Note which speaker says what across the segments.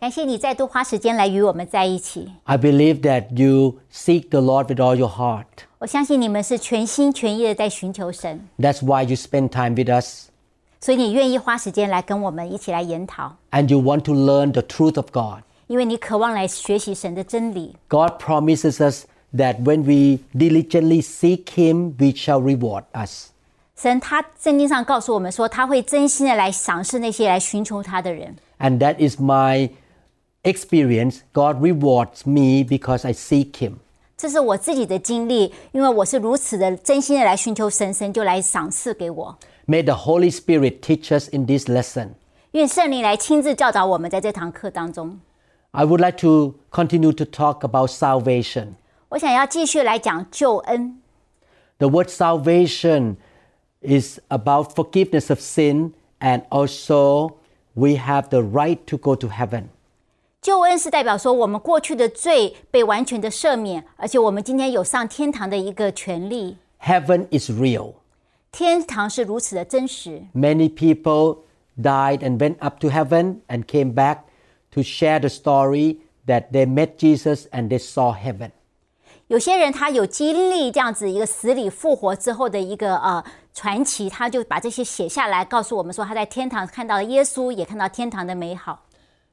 Speaker 1: 感谢你再度花时间来与我们在一起。
Speaker 2: I believe that you seek the Lord with all your heart.
Speaker 1: 我相信你们是全心全意的在寻求神，
Speaker 2: That's why you spend time with us
Speaker 1: 所以你愿意花时间来跟我们一起来研讨，
Speaker 2: and you want to learn the truth of God.
Speaker 1: 因为你渴望来学习神的真理。
Speaker 2: God promises us that when we diligently seek Him, we shall reward us.
Speaker 1: 神他圣经上告诉我们说，他会真心的来赏识那些来寻求他的人。
Speaker 2: And that is my experience. God rewards me because I seek Him.
Speaker 1: 这是我自己的经历，因为我是如此的真心的来寻求神，神就来赏赐给我。
Speaker 2: May the Holy Spirit teach us in this lesson.
Speaker 1: 愿圣灵来亲自教导我们在这堂课当中。
Speaker 2: I would like to continue to talk about salvation.
Speaker 1: 我想要继续来讲救恩。
Speaker 2: The word salvation is about forgiveness of sin, and also we have the right to go to heaven.
Speaker 1: 救恩是代表说我们过去的罪被完全的赦免，而且我们今天有上天堂的一个权利。
Speaker 2: Heaven is real.
Speaker 1: 天堂是如此的真实，
Speaker 2: Many people died and went up to heaven and came back to share the story that they met Jesus and they saw heaven.
Speaker 1: 有些人他有经历这样子一个死里复活之后的一个呃传奇，他就把这些写下来，告诉我们说他在天堂看到了耶稣，也看到天堂的美好。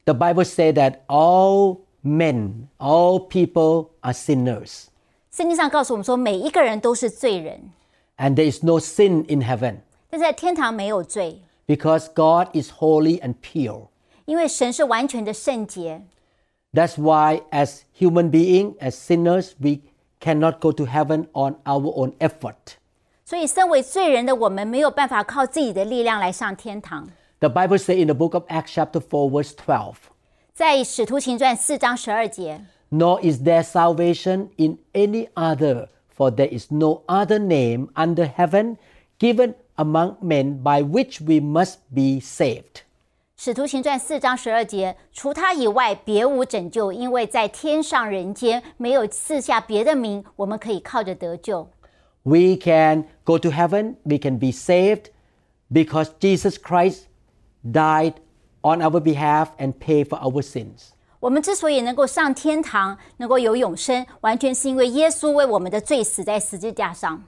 Speaker 2: The Bible says that all men, all people are sinners,
Speaker 1: 圣经上告诉我们说，每一个人都是罪人，
Speaker 2: and there is no sin in heaven
Speaker 1: 但是在天堂没有罪，
Speaker 2: because God is holy and pure.
Speaker 1: 因为神是完全的圣洁。
Speaker 2: That's why, as human beings, as sinners, we cannot go to heaven on our own effort.
Speaker 1: 所以，身为罪人的我们，没有办法靠自己的力量来上天堂。
Speaker 2: The Bible says in the book of Acts, chapter 4, verse 12,
Speaker 1: 在《使徒行传》四章十二节，
Speaker 2: Nor is there salvation in any other, for there is no other name under heaven given among men by which we must be saved.
Speaker 1: 《使徒行传》四章十二节，除他以外，别无拯救，因为在天上人间没有赐下别的名，我们可以靠着得救。
Speaker 2: We can go to heaven, we can be saved because Jesus Christ died on our behalf and paid for our sins.
Speaker 1: 我们之所以能够上天堂，能够有永生，完全是因为耶稣为我们的罪死在十字架上。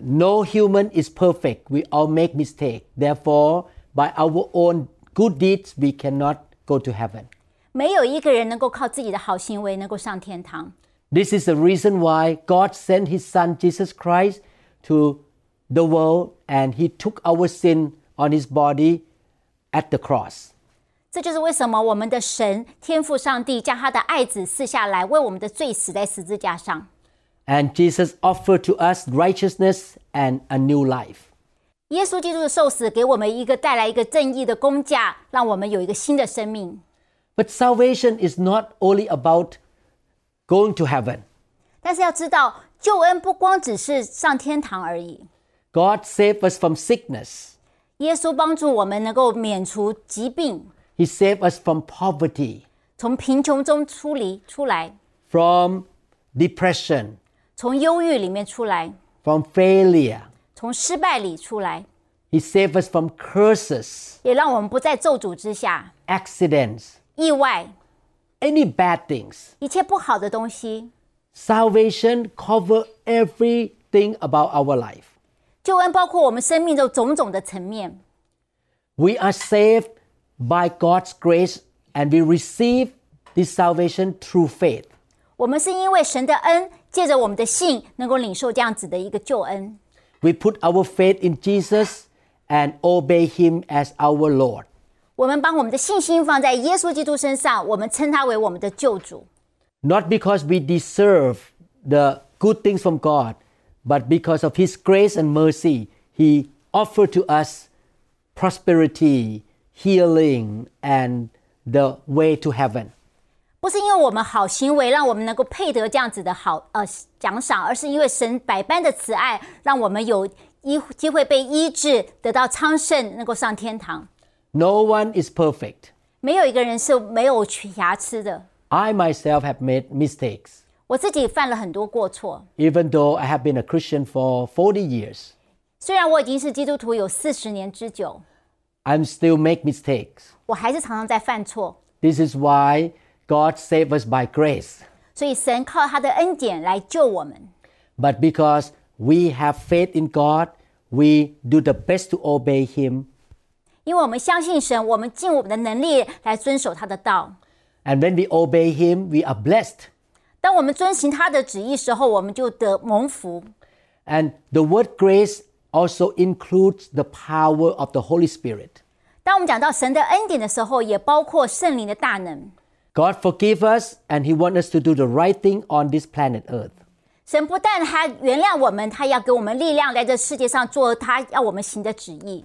Speaker 2: No human is perfect. We all make mistakes. Therefore, by our own good deeds, we cannot go to heaven.
Speaker 1: 没有一个人能够靠自己的好行为能够上天堂。
Speaker 2: This is the reason why God sent His Son Jesus Christ to the world and He took our sin on His body at the cross.
Speaker 1: 这就是为什么我们的神天父上帝将他的爱子赐下来，为我们的罪死在十字架上。
Speaker 2: And Jesus offered to us righteousness and a new life.
Speaker 1: 耶稣基督的受死，给我们一个带来一个正义的工价，让我们有一个新的生命。
Speaker 2: But salvation is not only about going to heaven.
Speaker 1: 但是要知道，救恩不光只是上天堂而已。
Speaker 2: God saved us from sickness.
Speaker 1: 耶稣帮助我们能够免除疾病，
Speaker 2: He saved us from poverty.
Speaker 1: 从贫穷中出离出来，
Speaker 2: from depression,
Speaker 1: 从忧郁里面出来，
Speaker 2: from failure.
Speaker 1: 从失败里出来，
Speaker 2: He saved us from curses,
Speaker 1: 也让我们不在咒诅之下、
Speaker 2: accidents,
Speaker 1: 意外、
Speaker 2: any bad things.
Speaker 1: 一切不好的东西。
Speaker 2: Salvation cover everything about our life.
Speaker 1: 救恩包括我们生命中种种的层面。
Speaker 2: We are saved by God's grace and we receive this salvation through faith.
Speaker 1: 我们是因为神的恩，借着我们的信，能够领受这样子的一个救恩。
Speaker 2: We put our faith in Jesus and obey him as our Lord.
Speaker 1: 我们把我们的信心放在耶稣基督身上，我们称他为我们的救主，
Speaker 2: not because we deserve the good things from God, but because of His grace and mercy, He offered to us prosperity, healing, and the way to heaven.
Speaker 1: 不是因为我们好行为让我们能够配得这样子的好呃奖赏，而是因为神百般的慈爱，让我们有医机会被医治，得到昌盛，能够上天堂。
Speaker 2: No one is perfect.
Speaker 1: 没有一个人是没有瑕疵的。
Speaker 2: I myself have made mistakes,
Speaker 1: 我自己犯了很多过错，
Speaker 2: even though I have been a Christian for 40 years.
Speaker 1: 虽然我已经是基督徒有四十年之久，
Speaker 2: I'm still make mistakes.
Speaker 1: 我还是常常在犯错。
Speaker 2: This is why God saved us by grace.
Speaker 1: 所以神靠他的恩典来救我们。
Speaker 2: But because we have faith in God, we do the best to obey Him.
Speaker 1: 因为我们相信神，我们尽我们的能力来遵守他的道。
Speaker 2: And when we obey Him, we are blessed.
Speaker 1: 当我们遵行他的旨意时候，我们就得蒙福。
Speaker 2: And the word grace also includes the power of the Holy Spirit.
Speaker 1: 当我们讲到神的恩典的时候，也包括圣灵的大能。
Speaker 2: God forgive us and He wants us to do the right thing on this planet Earth.
Speaker 1: 神不但他原谅我们，他要给我们力量，在这世界上做他要我们行的旨意。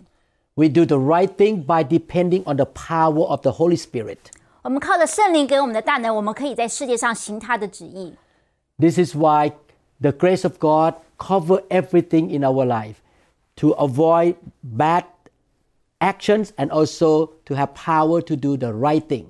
Speaker 2: We do the right thing by depending on the power of the Holy Spirit.
Speaker 1: 我们靠着圣灵给我们的大能，我们可以在世界上行他的旨意。
Speaker 2: This is why the grace of God cover everything in our life to avoid bad actions and also to have power to do the right thing.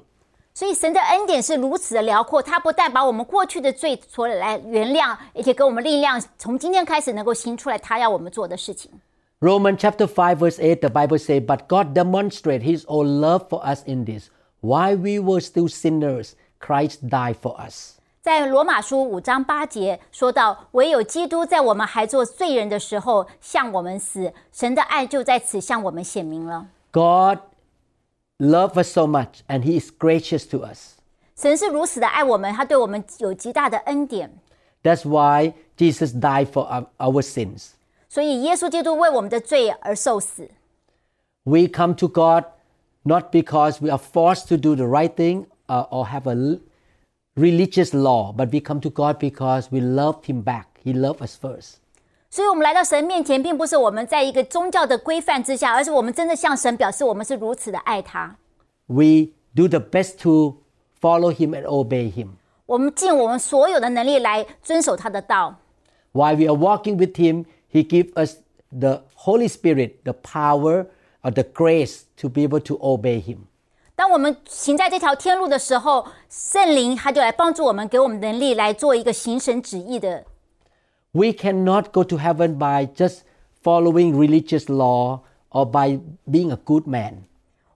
Speaker 1: 所以神的恩典是如此的辽阔，他不但把我们过去的罪所来原谅，而且给我们力量，从今天开始能够行出来他要我们做的事情。
Speaker 2: Romans chapter 5 verse 8 the Bible says but God demonstrated his own love for us in this while we were still sinners Christ died for us.
Speaker 1: 在罗马书五章八节说到：“唯有基督在我们还做罪人的时候向我们死，神的爱就在此向我们显明了。
Speaker 2: God loved us so much and he is gracious to us.
Speaker 1: 神是如此的爱我们，他对我们有极大的恩典。
Speaker 2: That's why Jesus died for our, our sins.
Speaker 1: 所以耶稣基督为我们的罪而受死。
Speaker 2: We come to God not because we are forced to do the right thing uh, or have a l- religious law, but we come to God because we love Him back. He loved us first.
Speaker 1: 所以，我们来到神面前，并不是我们在一个宗教的规范之下，而是我们真的向神表示我们是如此的爱他。
Speaker 2: We do the best to follow Him and obey Him.
Speaker 1: 我们尽我们所有的能力来遵守他的道。
Speaker 2: While we are walking with Him, He gives us the Holy Spirit, the power or the grace to be able to obey Him.
Speaker 1: 当我们行在这条天路的时候，圣灵他就来帮助我们，给我们能力来做一个行神旨意的。
Speaker 2: We cannot go to heaven by just following religious law or by being a good man.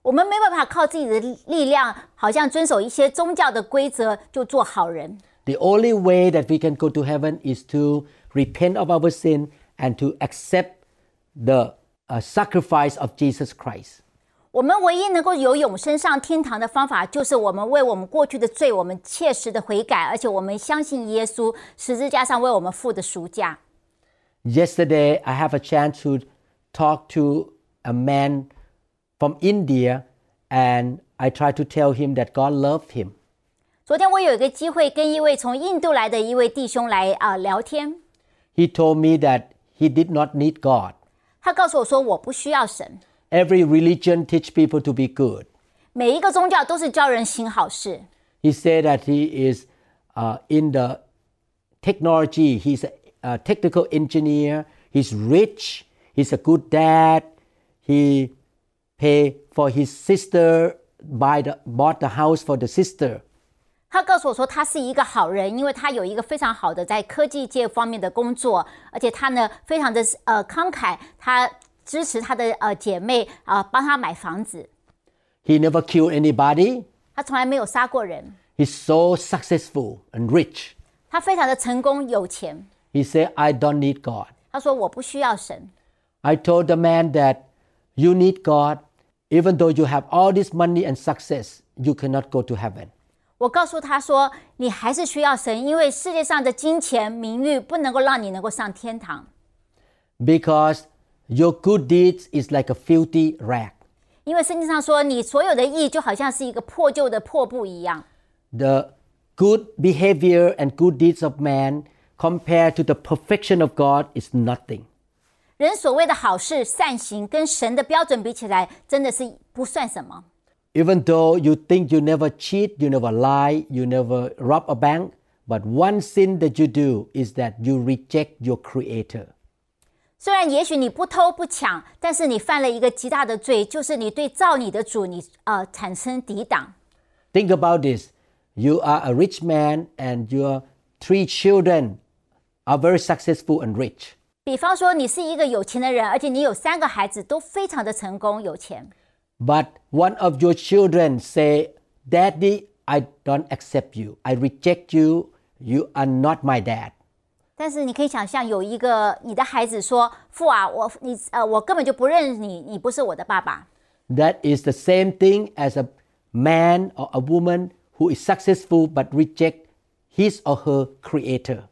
Speaker 1: 我们没办法靠自己的力量，好像遵守一些宗教的规则就做好人。
Speaker 2: The only way that we can go to heaven is to repent of our sin and to accept the uh, sacrifice of Jesus Christ.
Speaker 1: 我们唯一能够有永生上天堂的方法，就是我们为我们过去的罪，我们切实的悔改，而且我们相信耶稣十字架上为我们付的赎价。
Speaker 2: Yesterday, I have a chance to talk to a man from India, and I tried to tell him that God loved him.
Speaker 1: 昨天我有一个机会跟一位从印度来的一位弟兄来啊、聊天，
Speaker 2: He told me that he did not need God.
Speaker 1: 他告诉我说我不需要神，
Speaker 2: Every religion teach people to be good.
Speaker 1: 每一个宗教都是教人行好事。
Speaker 2: He said that he is uh, in the technology. He's a, a technical engineer. He's rich. He's a good dad. He pay for his sister. Buy the bought the house for the sister.
Speaker 1: 他告诉我说他是一个好人，因为他有一个非常好的在科技界方面的工作，而且他呢非常的呃慷慨，他支持他的呃姐妹啊、帮他买房子，
Speaker 2: He never killed anybody.
Speaker 1: 他从来没有杀过人，
Speaker 2: He's so successful and rich.
Speaker 1: 他非常的成功有钱。
Speaker 2: He said, "I don't need God."
Speaker 1: 他说我不需要神，
Speaker 2: I told the man that you need God, even though you have all this money and success, you cannot go to heaven.
Speaker 1: 我告诉他说你还是需要神，因为世界上的金钱名誉不能够让你能够上天堂，
Speaker 2: because your good deeds is like a filthy rag.
Speaker 1: 因为圣经上说你所有的义就好像是一个破旧的破布一样。
Speaker 2: The good behavior and good deeds of man compared to the perfection of God is nothing.
Speaker 1: 人所谓的好事善行，跟神的标准比起来，真的是不算什么。
Speaker 2: Even though you think you never cheat, you never lie, you never rob a bank, but one sin that you do is that you reject your creator.
Speaker 1: 虽然也许你不偷不抢，但是你犯了一个极大的罪，就是你对造你的主你呃产生抵挡。
Speaker 2: Think about this. You are a rich man and your three children are very successful and rich.
Speaker 1: 比方说，你是一个有钱的人，而且你有三个孩子都非常的成功有钱，
Speaker 2: But one of your children say, "Daddy, I don't accept you. I reject you. You are not my dad."
Speaker 1: 但是你可以想象有一个你的孩子说：“父啊，我你呃我根本就不认识你，你不是我的爸爸。
Speaker 2: That is the same thing as a man or a woman who is successful but reject his or her creator. ”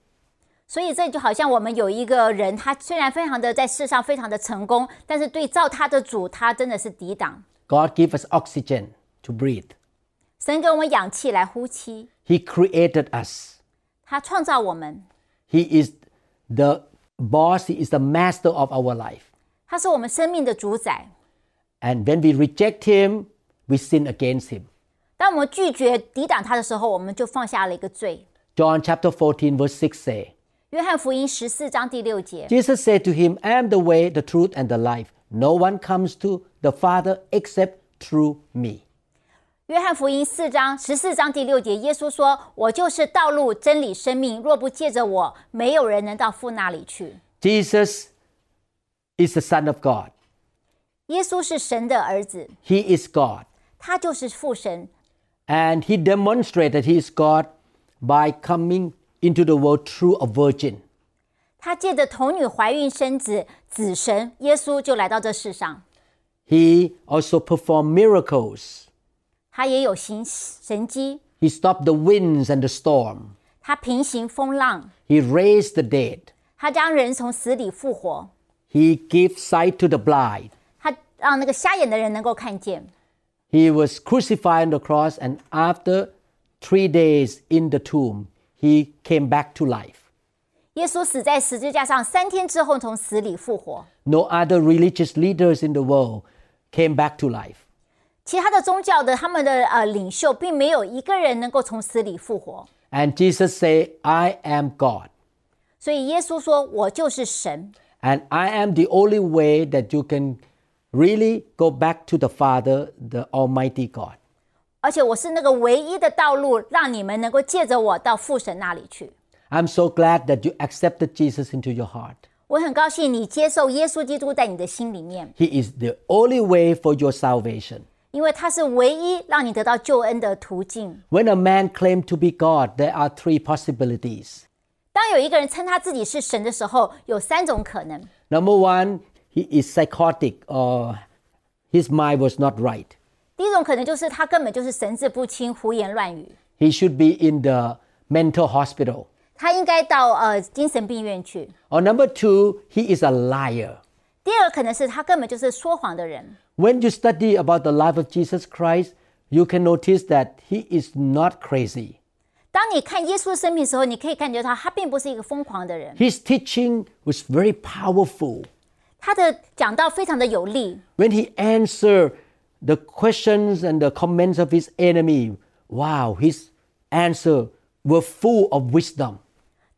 Speaker 1: 所以这就好像我们有一个人，他虽然非常的在世上非常的成功，但是对造他的主，他真的是抵挡。
Speaker 2: God give us oxygen to breathe.
Speaker 1: 神给我们氧气来呼吸，
Speaker 2: He created us.
Speaker 1: 他创造我们，
Speaker 2: He is the boss, he is the master of our life.
Speaker 1: 他是我们生命的主宰。
Speaker 2: And when we reject him, we sin against him.
Speaker 1: 当我们拒绝抵挡他的时候，我们就放下了一个罪。
Speaker 2: John chapter 14 verse 6 say,
Speaker 1: 约翰福音十四章第六节，
Speaker 2: Jesus said to him, I am the way, the truth, and the life. No one comes to the Father except through me.
Speaker 1: 约翰福音四章十四章第六节，耶稣说：“我就是道路、真理、生命，若不借着我，没有人能到父那里去。
Speaker 2: Jesus is the Son of God. ”
Speaker 1: 耶稣是神的儿子，
Speaker 2: He is God.
Speaker 1: 他就是父神。
Speaker 2: And he demonstrated he is God by coming into the world through a virgin.
Speaker 1: 他借着童女怀孕生子，子神耶稣就来到这世上。
Speaker 2: He also performed miracles.
Speaker 1: 他也有行神迹，
Speaker 2: He stopped the winds and the storm.
Speaker 1: 他平行风浪，
Speaker 2: He raised the dead.
Speaker 1: 他将人从死里复活，
Speaker 2: He gave sight to the blind.
Speaker 1: 他让那个瞎眼的人能够看见。
Speaker 2: He was crucified on the cross, and after three days in the tomb, he came back to life.
Speaker 1: 耶稣死在十字架上，三天之后从死里复活。
Speaker 2: No other religious leaders in the world came back to life.
Speaker 1: 其他的宗教的他们的呃领袖，并没有一个人能够从死里复活。
Speaker 2: And Jesus said, I am God,
Speaker 1: 所以耶稣说：“我就是神，
Speaker 2: and I am the only way that you can really go back to the Father, the Almighty God.
Speaker 1: 而且我是那个唯一的道路，让你们能够借着我到父神那里去。
Speaker 2: I'm so glad that you accepted Jesus into your heart. ”
Speaker 1: 我很高兴你接受耶稣基督在你的心里面，
Speaker 2: He is the only way for your salvation.
Speaker 1: 因为他是唯一让你得到救恩的途径。
Speaker 2: When a man claims to be God, there are three possibilities.
Speaker 1: 当有一个人称他自己是神的时候，有三种可能：
Speaker 2: Number one, he is psychotic or his mind was not right.
Speaker 1: 第一种可能就是他根本就是神志不清、胡言乱语，
Speaker 2: He should be in the mental hospital.
Speaker 1: 他应该到呃精神病院去；
Speaker 2: Or number two, he is a liar.
Speaker 1: 第二个可能是他根本就是说谎的人。
Speaker 2: When you study about the life of Jesus Christ, you can notice that he is not crazy.
Speaker 1: 当你看耶稣的生命的时候，你可以感觉到他并不是一个疯狂的人，
Speaker 2: His teaching was very powerful.
Speaker 1: 他的讲道非常的有力。
Speaker 2: When he answered the questions and the comments of his enemy, wow, his answer were full of wisdom.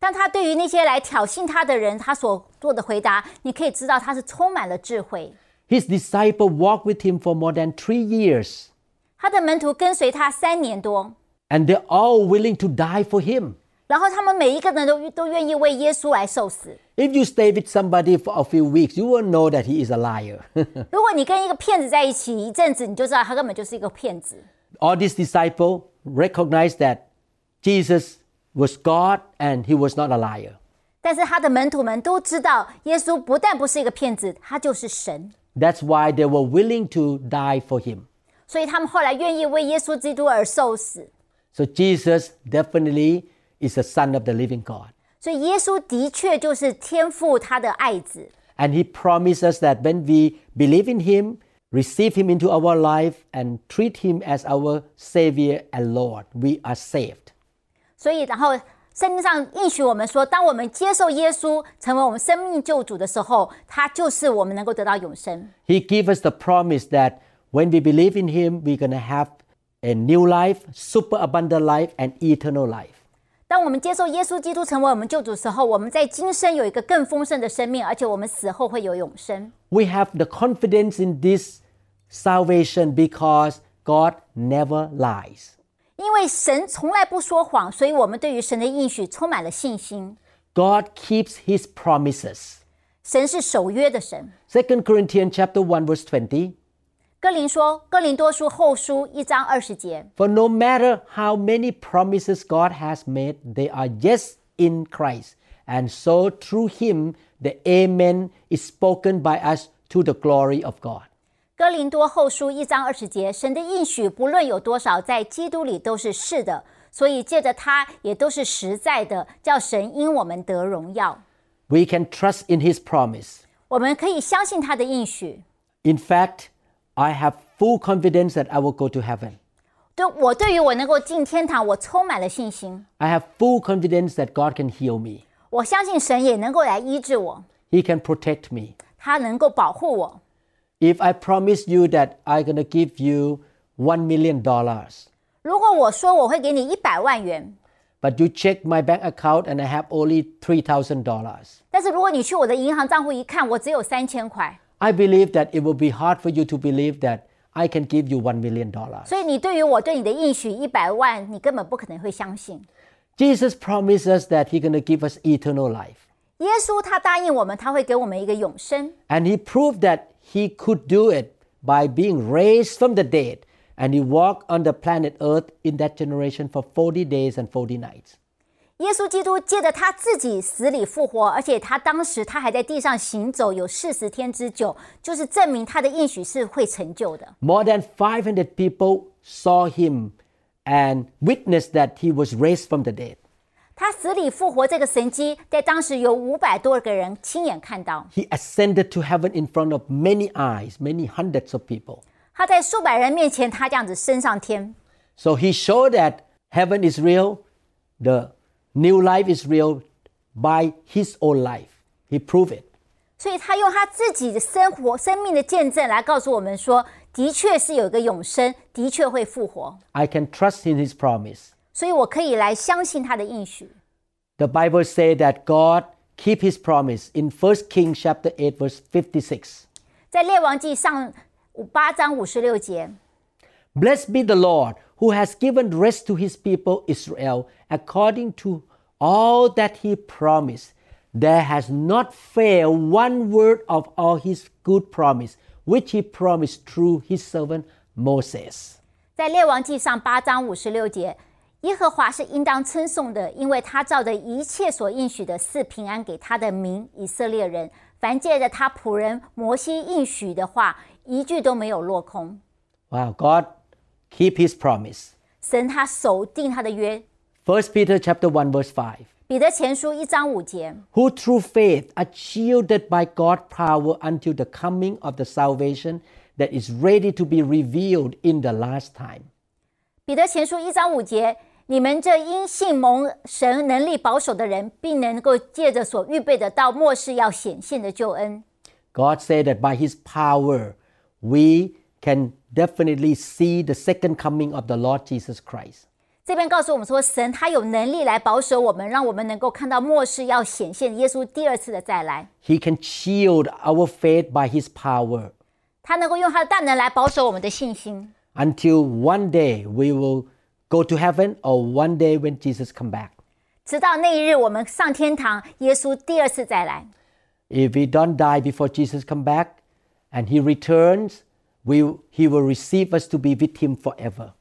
Speaker 1: 当他对于那些来挑衅他的人，他所做的回答，你可以知道他是充满了智慧。
Speaker 2: His disciple walked with him for more than three years,
Speaker 1: 他的门徒跟随他三年多，
Speaker 2: and they're all willing to die for him.
Speaker 1: 然后他们每一个人都都愿意为耶稣来受死。
Speaker 2: If you stay with somebody for a few weeks, you will know that he is a liar.
Speaker 1: 如果你跟一个骗子在一起一阵子，你就知道他根本就是一个骗子。
Speaker 2: all these disciples recognized that Jesus was God and he was not a liar.
Speaker 1: 但是他的门徒们都知道，耶稣不但不是一个骗子，他就是神，
Speaker 2: That's why they were willing to die for him.
Speaker 1: 所以他们后来愿意为耶稣基督而受死。
Speaker 2: So Jesus definitely is the Son of the living God.
Speaker 1: 所以耶稣的确就是天父他的爱子，
Speaker 2: And he promised us that when we believe in him, receive him into our life, and treat him as our Savior and Lord, we are saved.
Speaker 1: 所以然后圣经上应许我们说，当我们接受耶稣成为我们生命救主的时候，他就是我们能够得到永生。
Speaker 2: He gave us the promise that When we believe in Him, we're going to have a new life, super abundant life, and eternal life.
Speaker 1: 当我们接受耶稣基督成为我们救主时候，我们在今生有一个更丰盛的生命，而且我们死后会有永生。
Speaker 2: We have the confidence in this salvation because God never lies.
Speaker 1: 因为神从来不说谎，所以我们对于神的应许充满了信心。
Speaker 2: God keeps His promises.
Speaker 1: 神是守约的神。
Speaker 2: Second Corinthians chapter 1 verse 20.
Speaker 1: 哥林说，哥林多书后书一章二十节，
Speaker 2: For no matter how many promises God has made, they are yes in Christ. And so through Him, the Amen is spoken by us to the glory of God.
Speaker 1: 哥林多后书一章二十节，神的应许不论有多少，在基督里都是是的，所以借着他也都是实在的，叫神因我们得荣耀。
Speaker 2: We can trust in His promise.
Speaker 1: 我们可以相信他的应许。
Speaker 2: In fact, I have full confidence that I will go to heaven.
Speaker 1: 对我对于我能够进天堂，我充满了信心。
Speaker 2: I have full confidence that God can heal me.
Speaker 1: 我相信神也能够来医治我，
Speaker 2: He can protect me.
Speaker 1: 他能够保护我。
Speaker 2: If I promise you that I'm going to give you $1 million, but
Speaker 1: 如果我说我会给你一百万元，
Speaker 2: you check my bank account and I have only $3,000,
Speaker 1: 但是如果你去我的银行账户一看，我只有三千块，
Speaker 2: I believe that it will be hard for you to believe that I can give you $1 million.
Speaker 1: 所以你对于我对你的应许一百万，你根本不可能会相信。
Speaker 2: Jesus promised us that He's going to give us eternal life.
Speaker 1: 耶稣他答应我们，他会给我们一个永生。
Speaker 2: And he proved that he could do it by being raised from the dead. And he walked on the planet Earth in that generation for 40 days and 40 nights.
Speaker 1: 耶稣基督借着他自己死里复活，而且他当时他还在地上行走有四十天之久，就是证明他的应许是会成就的。
Speaker 2: More than 500 people saw him and witnessed that he was raised from the dead.
Speaker 1: 他死里复活这个神迹，在当时有五百多个人亲眼看到。
Speaker 2: He ascended to heaven in front of many eyes, many hundreds of people.
Speaker 1: 他在数百人面前，他这样子升上天，
Speaker 2: So he showed that heaven is real, the new life is real by his own life. He proved it.
Speaker 1: 所以他用他自己的生活、生命的见证来告诉我们说，的确是有一个永生，的确会复活，
Speaker 2: I can trust in his promise.
Speaker 1: 所以我可以来相信他的应许。
Speaker 2: The Bible says that God keep his promise in 1 Kings chapter 8 verse 56.
Speaker 1: 在列王记上五八章五十六节，
Speaker 2: Blessed be the Lord who has given rest to his people Israel according to all that he promised. There has not failed one word of all his good promise which he promised through his servant Moses.
Speaker 1: 在列王记上八章五十六节，耶和华是应当称颂的，因为他照着一切所应许的赐平安给他的民以色列人，凡借着他仆人摩西应许的话，一句都没有落空。
Speaker 2: Wow, God keep his promise.
Speaker 1: 神他守定他的约。
Speaker 2: 1 Peter chapter 1 verse 5.
Speaker 1: 彼得前书一章五节，
Speaker 2: who through faith are shielded by God's power until the coming of the salvation that is ready to be revealed in the last time.
Speaker 1: 彼得前书一章五节，你们这因信蒙神能力保守的人，必能够借着所预备的到末世要显现的救恩。
Speaker 2: God said that by His power, we can definitely see the second coming of the Lord Jesus Christ.
Speaker 1: 这边告诉我们说，神他有能力来保守我们，让我们能够看到末世要显现耶稣第二次的再来。
Speaker 2: He can shield our faith by His power
Speaker 1: 他能够用他的大能来保守我们的信心，
Speaker 2: until one day we will go to heaven or one day when Jesus come back.
Speaker 1: 直到那一日我们上天堂，耶稣第二次再来。
Speaker 2: If we don't die before Jesus come back and he returns, we, he will receive us to be with him forever.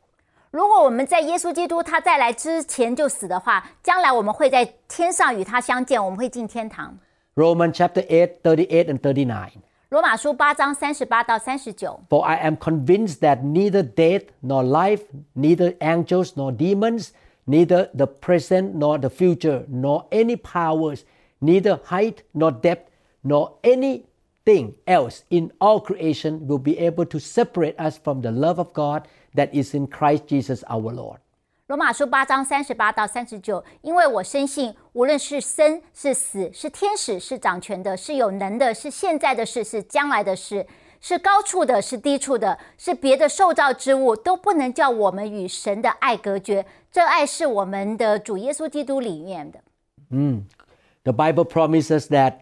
Speaker 1: 如果我们在耶稣基督他再来之前就死的话，将来我们会在天上与他相见，我们会进天堂。
Speaker 2: Romans chapter 8, 38 and 39.
Speaker 1: 罗马书八章三十八到三十九，
Speaker 2: For I am convinced that neither death nor life, neither angels nor demons, neither the present nor the future, nor any powers, neither height nor depth, nor anything else in all creation will be able to separate us from the love of God that is in Christ Jesus our Lord.
Speaker 1: 罗马书八章三十八到三十九，因为我深信，无论是生是死，是天使，是掌权的，是有能的，是现在的事，是将来的事，是高处的，是低处的，是别的受造之物，都不能叫我们与神的爱隔绝。这爱是我们的主耶稣基督里面的。
Speaker 2: The Bible promises that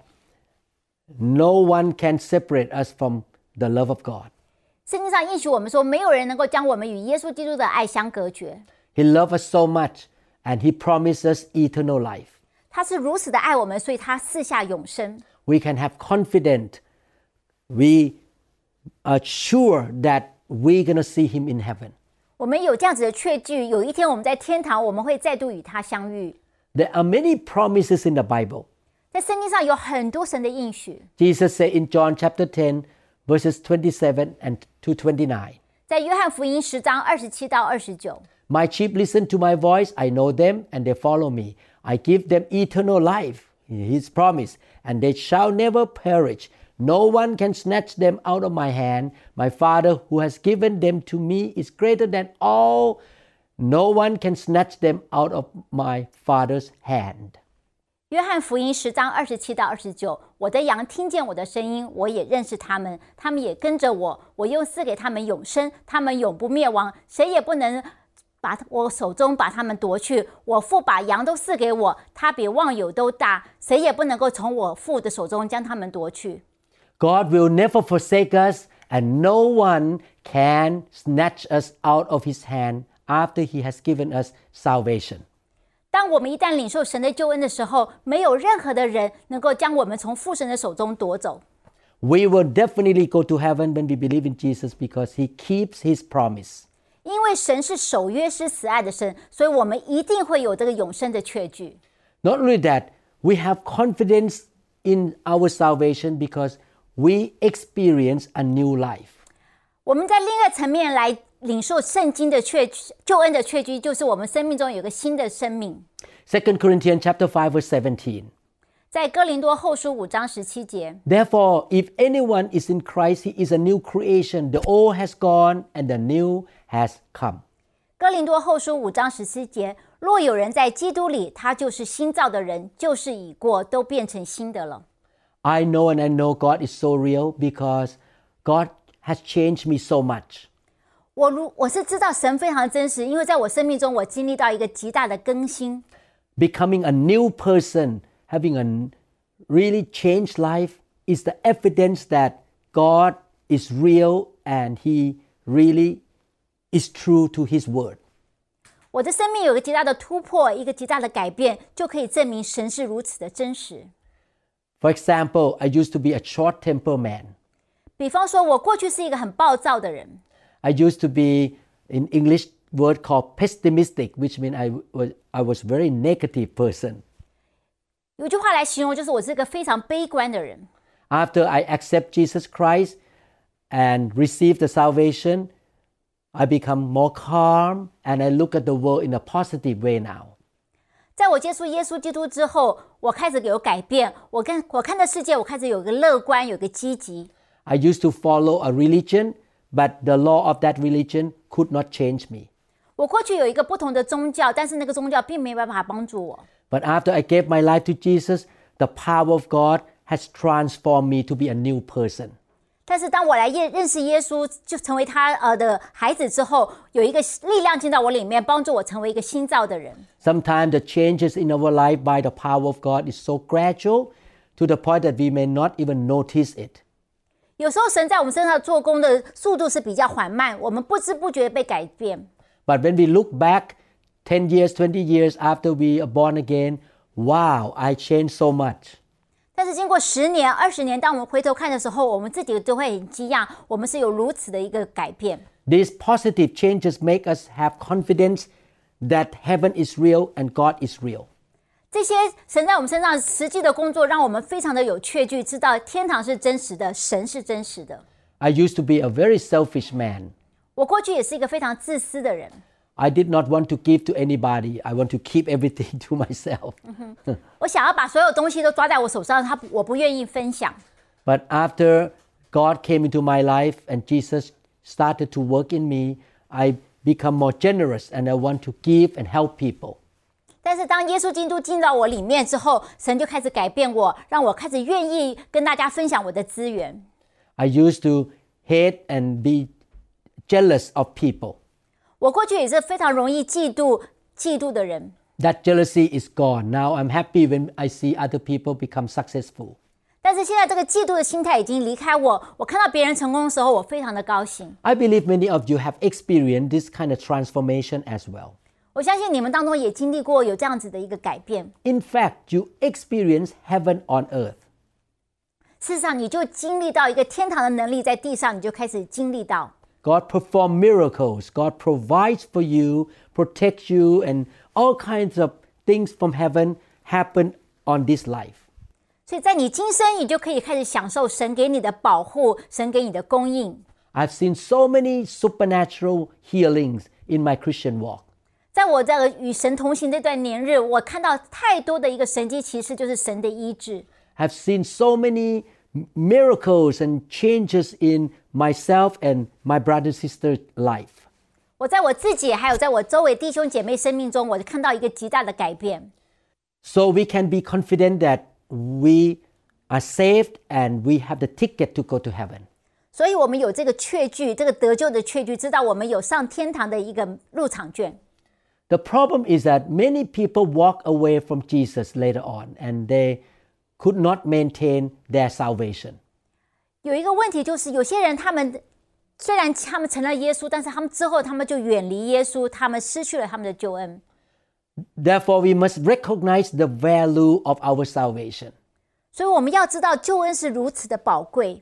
Speaker 2: no one can separate us from the love of God.
Speaker 1: 圣经上应许我们说，没有人能够将我们与耶稣基督的爱相隔绝。
Speaker 2: He loved us so much and He promises eternal life.
Speaker 1: 他是如此的爱我们，所以他赐下永生。
Speaker 2: We can have confidence. We are sure that we're going to see Him in heaven.
Speaker 1: 我们有这样子的确据，有一天我们在天堂，我们会再度与他相遇。
Speaker 2: There are many promises in the Bible.
Speaker 1: 在圣经上有很多神的应许，
Speaker 2: Jesus said in John chapter 10, verses 27 and to 29,
Speaker 1: 在约翰福音十章二十七到二十九，
Speaker 2: My sheep listen to my voice. I know them and they follow me. I give them eternal life, his promise, and they shall never perish. No one can snatch them out of my hand. My Father who has given them to me is greater than all. No one can snatch them out of my Father's hand.
Speaker 1: 约翰福音十章二十七到二十九，我的羊听见我的声音，我也认识他们，他们也跟着我，我又赐给他们永生，他们永不灭亡，谁也不能把我手中把他们夺去。我父把羊都赐给我，他比万有都大，谁也不能够从我父的手中将他们夺去。
Speaker 2: God will never forsake us, and no one can snatch us out of his hand after he has given us salvation.
Speaker 1: 当我们一旦领受神的救恩的时候，没有任何的人能够将我们从父神的手中夺走。
Speaker 2: We will definitely go to heaven when we believe in Jesus because he keeps his promise.
Speaker 1: 因为神是守约施慈爱的神，所以我们一定会有这个永生的确据。
Speaker 2: Not only that, we have confidence in our salvation because we experience a new life.
Speaker 1: 我们在另一个层面来领受圣经的确据救恩的确据，就是我们生命中有个新的生命。
Speaker 2: Second Corinthians chapter 5 verse 17.
Speaker 1: 在哥林多后书五章十七节，
Speaker 2: Therefore, if anyone is in Christ, he is a new creation. The old has gone and the new has come.
Speaker 1: 哥林多后书五章十七节，若有人在基督里，他就是新造的人，旧事已过，都变成新的了。
Speaker 2: I know and I know God is so real because God has changed me so much.
Speaker 1: 我如我是知道神非常真实，因为在我生命中，我经历到一个极大的更新。
Speaker 2: becoming a new person, having a really changed life is the evidence that God is real and He really is true to His word.
Speaker 1: 我的生命有个极大的突破，一个极大的改变，就可以证明神是如此的真实。
Speaker 2: For example, I used to be a short tempered man.
Speaker 1: 比方说，我过去是一个很暴躁的人，
Speaker 2: I used to be in English word called pessimistic, which means I was, I was very negative person.
Speaker 1: 有句话来形容，就是我是一个非常悲观的人。
Speaker 2: After I accept Jesus Christ and receive the salvation, I become more calm and I look at the world in a positive way now.
Speaker 1: 在我接触耶稣基督之后，我开始有改变，我跟我看的世界，我开始有个乐观，有个积极。
Speaker 2: I used to follow a religion, but the law of that religion could not change me.
Speaker 1: 我过去有一个不同的宗教，但是那个宗教并没办法帮助我。
Speaker 2: But after I gave my life to Jesus, the power of God has transformed me to be a new person.
Speaker 1: 但是当我来认认识耶稣，就成为他呃的孩子之后，有一个力量进到我里面，帮助我成为一个新造的人。
Speaker 2: Sometimes the changes in our life by the power of God is so gradual to the point that we may not even notice it.
Speaker 1: 有时候神在我们身上做工的速度是比较缓慢，我们不知不觉被改变。
Speaker 2: But when we look back 10 years, 20 years after we are born again, wow, I changed so much.
Speaker 1: 但是经过十年、二十年，当我们回头看的时候，我们自己都会很惊讶，我们是有如此的一个改变。
Speaker 2: These positive changes make us have confidence that heaven is real and God is real.
Speaker 1: 这些神在我们身上实际的工作，让我们非常的有确据，知道天堂是真实的，神是真实的。
Speaker 2: I used to be a very selfish man.
Speaker 1: 我过去也是一个非常自私的人，
Speaker 2: I did not want to give to anybody. I want to keep everything to myself.
Speaker 1: 我想要把所有东西都抓在我手上，他我不愿意分享。
Speaker 2: But after God came into my life and Jesus started to work in me, I become more generous and I want to give and help people.
Speaker 1: 但是当耶稣基督进到我里面之后，神就开始改变我，让我开始愿意跟大家分享我的资源。
Speaker 2: I used to hate and be jealous of people.
Speaker 1: 我过去也是非常容易嫉妒、嫉妒的人。
Speaker 2: That jealousy is gone. Now I'm happy when I see other people become successful.
Speaker 1: 但是现在这个嫉妒的心态已经离开我。我看到别人成功的时候，我非常的高兴。
Speaker 2: I believe many of you have experienced this kind of transformation as well.
Speaker 1: 我相信你们当中也经历过有这样子的一个改变。
Speaker 2: In fact, you experience heaven on earth.
Speaker 1: 事实上，你就经历到一个天堂的能力，在地上你就开始经历到。
Speaker 2: God performs miracles. God provides for you, protects you, and all kinds of things from heaven happen on this life.
Speaker 1: 所以在你今生，你就可以开始享受神给你的保护，神给你的供应。
Speaker 2: I've seen so many supernatural healings in my Christian walk.
Speaker 1: 在我这个与神同行这段年日，我看到太多的一个神迹奇事，就是神的医治。
Speaker 2: have seen so many m- miracles and changes in myself and my brother sister's life.
Speaker 1: 我在我自己，还有在我周围弟兄姐妹生命中，我就看到一个极大的改变。
Speaker 2: So we can be confident that we are saved and we have the ticket to go to heaven.
Speaker 1: 所以，我们有这个确据，这个得救的确据，知道我们有上天堂的一个入场券。
Speaker 2: The problem is that many people walk away from Jesus later on and they could not maintain their salvation.
Speaker 1: 有一个问题就是，有些人他们虽然他们成了耶稣，但是他们之后他们就远离耶稣，他们失去了他们的救恩。
Speaker 2: Therefore, we must recognize the value of our salvation.
Speaker 1: 所以，我们要知道救恩是如此的宝贵。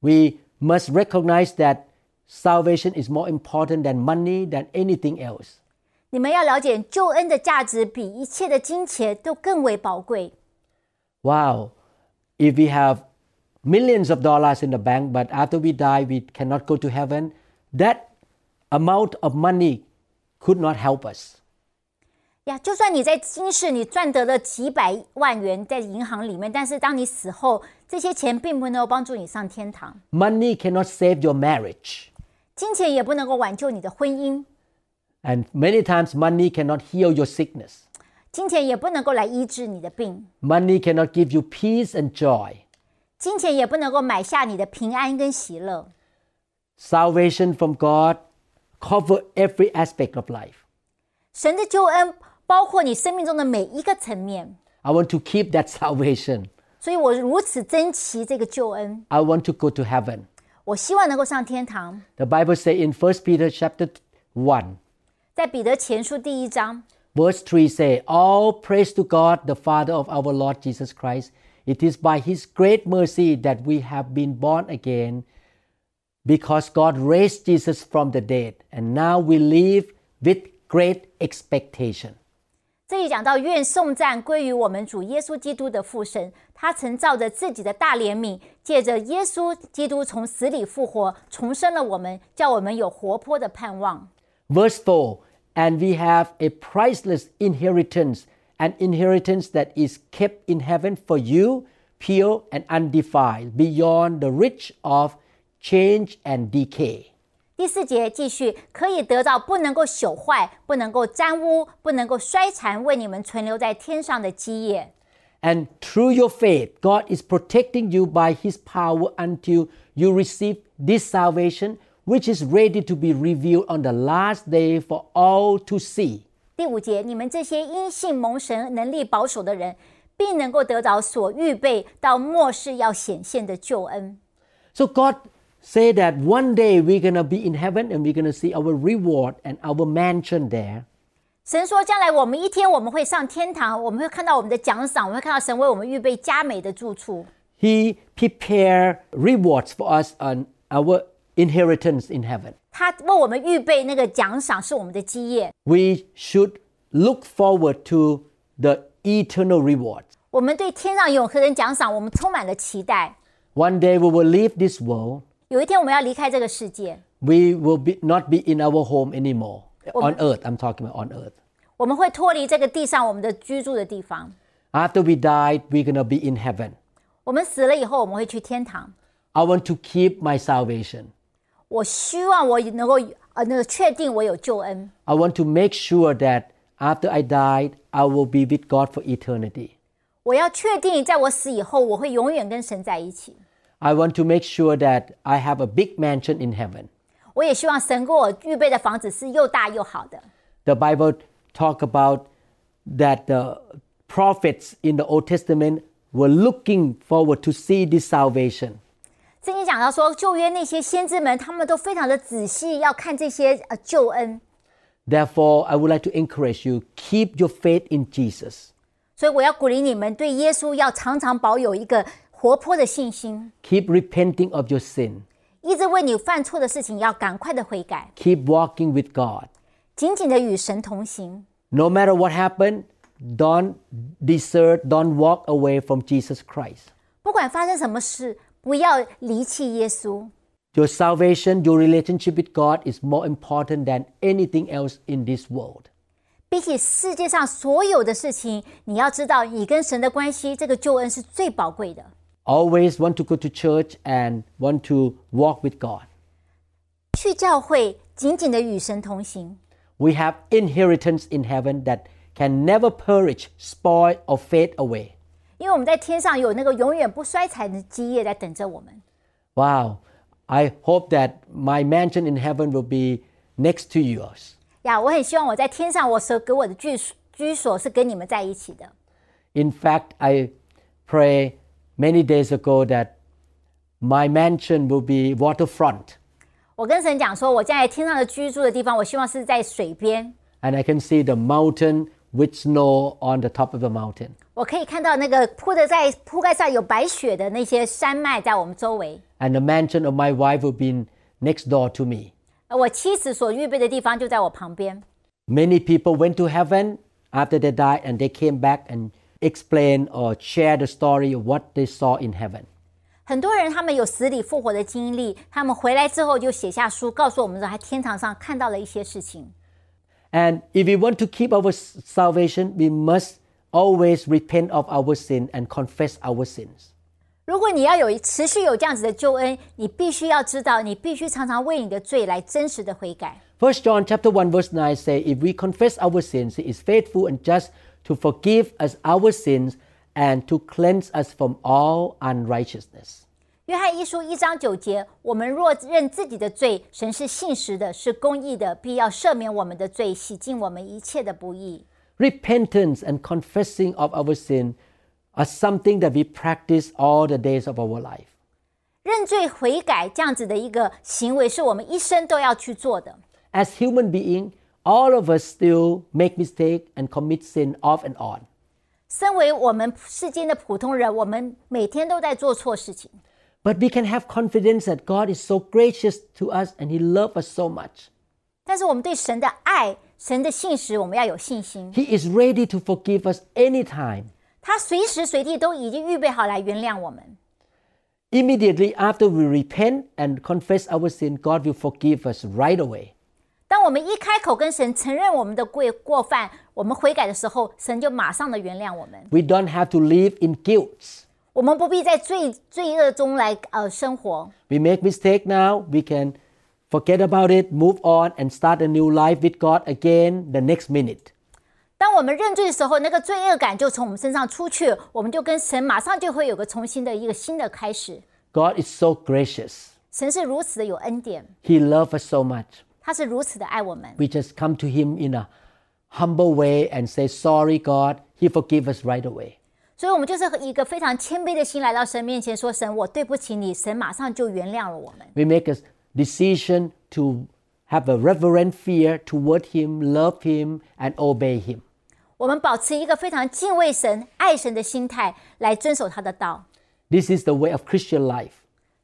Speaker 2: We must recognize that salvation is more important than money, than anything else.
Speaker 1: 你们要了解，救恩的价值比一切的金钱都更为宝贵。
Speaker 2: Wow, if we have millions of dollars in the bank, but after we die, we cannot go to heaven, that amount of money could not help us.
Speaker 1: 呀，就算你在今世你赚得了几百万元在银行里面，但是当你死后，这些钱并不能够帮助你上天堂，
Speaker 2: Money cannot save your marriage.
Speaker 1: 金钱也不能够挽救你的婚姻，
Speaker 2: And many times, money cannot heal your sickness.
Speaker 1: 金钱也不能够来医治你的病，
Speaker 2: Money cannot give you peace and joy.
Speaker 1: 金钱也不能够买下你的平安跟喜乐。
Speaker 2: Salvation from God cover every aspect of life.
Speaker 1: 神的救恩包括你生命中的每一个层面，
Speaker 2: I want to keep that salvation.
Speaker 1: 所以我如此珍惜这个救恩，
Speaker 2: I want to go to heaven.
Speaker 1: 我希望能够上天堂。
Speaker 2: The Bible says in 1 Peter chapter 1,
Speaker 1: 在彼得前书第一章，
Speaker 2: Verse 3 say, All praise to God, the Father of our Lord Jesus Christ. It is by His great mercy that we have been born again because God raised Jesus from the dead, and now we live with great expectation.
Speaker 1: 这里讲到，愿颂赞归于我们主耶稣基督的父神，他曾照着自己的大怜悯，借着耶稣基督从死里复活，重生了我们，叫我们有活泼的盼望。
Speaker 2: Verse 4 And we have a priceless inheritance, an inheritance that is kept in heaven for you, pure and undefiled, beyond the reach of change and decay.
Speaker 1: 第四节继续，可以得到不能够朽坏、不能够沾污、不能够衰残，为你们存留在天上的基业。
Speaker 2: And through your faith, God is protecting you by His power until you receive this salvation, which is ready to be revealed on the last day for all to see.
Speaker 1: 第五节，你们这些因信蒙神能力保守的人，必能够得着所预备到末世要显现的救恩。
Speaker 2: So God say that one day we're gonna be in heaven and we're gonna see our reward and our mansion there.
Speaker 1: 神说，将来我们一天我们会上天堂，我们会看到我们的奖赏，我们会看到神为我们预备佳美的住处。
Speaker 2: He prepare rewards for us on our inheritance in heaven.
Speaker 1: 他为我们预备那个奖赏是我们的基业，
Speaker 2: We should look forward to the eternal rewards.
Speaker 1: 我们对天上永恒的奖赏，我们充满了期待。
Speaker 2: One day we will leave this world.
Speaker 1: 有一天我们要离开这个世界，
Speaker 2: We will be, not be in our home anymore. On earth, I'm talking about on earth.
Speaker 1: 我们会脱离这个地上我们的居住的地方。
Speaker 2: After we died, we're going to be in heaven.
Speaker 1: 我们死了以后，我们会去天堂。
Speaker 2: I want to keep my salvation.
Speaker 1: 我希望我能够呃那个确定我有救恩，
Speaker 2: I want to make sure that after I died, I will be with God for eternity.
Speaker 1: 我要确定在我死以后，我会永远跟神在一起。
Speaker 2: I want to make sure that I have a big mansion in heaven.
Speaker 1: 我也希望神给我预备的房子是又大又好的。
Speaker 2: The Bible talk about that the prophets in the Old Testament were looking forward to see this salvation.
Speaker 1: 圣经讲到说，旧约那些先知们，他们都非常的仔细要看这些呃救恩，
Speaker 2: Therefore, I would like to encourage you keep your faith in Jesus.
Speaker 1: 所以我要鼓励你们对耶稣要常常保有一个活泼的信心，
Speaker 2: Keep repenting of your sin.
Speaker 1: 一直为你犯错的事情要赶快的悔改，
Speaker 2: Keep walking with God.
Speaker 1: 紧紧的与神同行。
Speaker 2: No matter what happened, don't desert, don't walk away from Jesus Christ.
Speaker 1: 不管发生什么事，不要离弃耶稣。
Speaker 2: Your salvation, your relationship with God is more important than anything else in this world.
Speaker 1: 比起世界上所有的事情，你要知道，你跟神的关系，这个救恩是最宝贵的。
Speaker 2: Always want to go to church and want to walk with God.
Speaker 1: 去教会，紧紧的与神同行。
Speaker 2: We have inheritance in heaven that can never perish, spoil, or fade away.
Speaker 1: 因为我们在天上有那个永远不衰残的基业在等着我们。
Speaker 2: Wow, I hope that my mansion in heaven will be next to yours.
Speaker 1: 呀，我很希望我在天上，我所给我的居所居所是跟你们在一起的。
Speaker 2: In fact, I pray many days ago that my mansion will be waterfront
Speaker 1: 我跟神讲说，我将来天上的居住的地方，我希望是在水边，
Speaker 2: and I can see the mountain with snow on the top of the mountain.
Speaker 1: 我可以看到那个铺的在铺盖上有白雪的那些山脉在我们周围。
Speaker 2: And the mansion of my wife will be next door to me.
Speaker 1: 而我妻子所预备的地方就在我旁边。
Speaker 2: Many people went to heaven after they died and they came back and explained or shared the story of what they saw in heaven.
Speaker 1: 很多人他们有死里复活的经历，他们回来之后就写下书，告诉我们说，在天堂上看到了一些事情。
Speaker 2: And if we want to keep our s- salvation, we must always repent of our sin and confess our sins.
Speaker 1: 如果你要有持续有这样子的救恩，你必须要知道，你必须常常为你的罪来真实的悔改。
Speaker 2: First John chapter 1 verse 9 say if we confess our sins he is faithful and just to forgive us our sins and to cleanse us from all unrighteousness.
Speaker 1: 约翰一书一章九节，我们若认自己的罪，神是信实的，是公义的，必要赦免我们的罪，洗净我们一切的不义。
Speaker 2: Repentance and confessing of our sin are something that we practice all the days of our life.
Speaker 1: 认罪悔改这样子的一个行为，是我们一生都要去做的。
Speaker 2: As human being, all of us still make mistake and commit sin off and on.
Speaker 1: 身为我们世间的普通人，我们每天都在做错事情，
Speaker 2: But we can have confidence that God is so gracious to us and He loves us so much.
Speaker 1: 但是我们对神的爱、神的信实，我们要有信心。
Speaker 2: He is ready to forgive us anytime.
Speaker 1: 他随时随地都已经预备好来原谅我们。
Speaker 2: Immediately after we repent and confess our sin, God will forgive us right away.
Speaker 1: 当我们一开口跟神承认我们的过过犯，我们悔改的时候，神就马上的原谅我们。
Speaker 2: We don't have to live in guilt.
Speaker 1: 我们不必在罪罪恶中来呃生活。
Speaker 2: We make mistake now, we can forget about it, move on and start a new life with God again the next minute.
Speaker 1: 当我们认罪的时候，那个罪恶感就从我们身上出去，我们就跟神马上就会有个重新的一个新的开始。
Speaker 2: God is so gracious.
Speaker 1: 神是如此的有恩典，
Speaker 2: He loves us so much.
Speaker 1: 他是如此的爱我们。
Speaker 2: We just come to him in a humble way and say, "Sorry, God." He forgive us right away.
Speaker 1: 所以，我们就是一个非常谦卑的心来到神面前，说：“神，我对不起你。”神马上就原谅了我们。
Speaker 2: We make a decision to have a reverent fear toward him, love him, and obey him.
Speaker 1: 我们保持一个非常敬畏神、爱神的心态，来遵守他的道。
Speaker 2: This is the way of Christian life.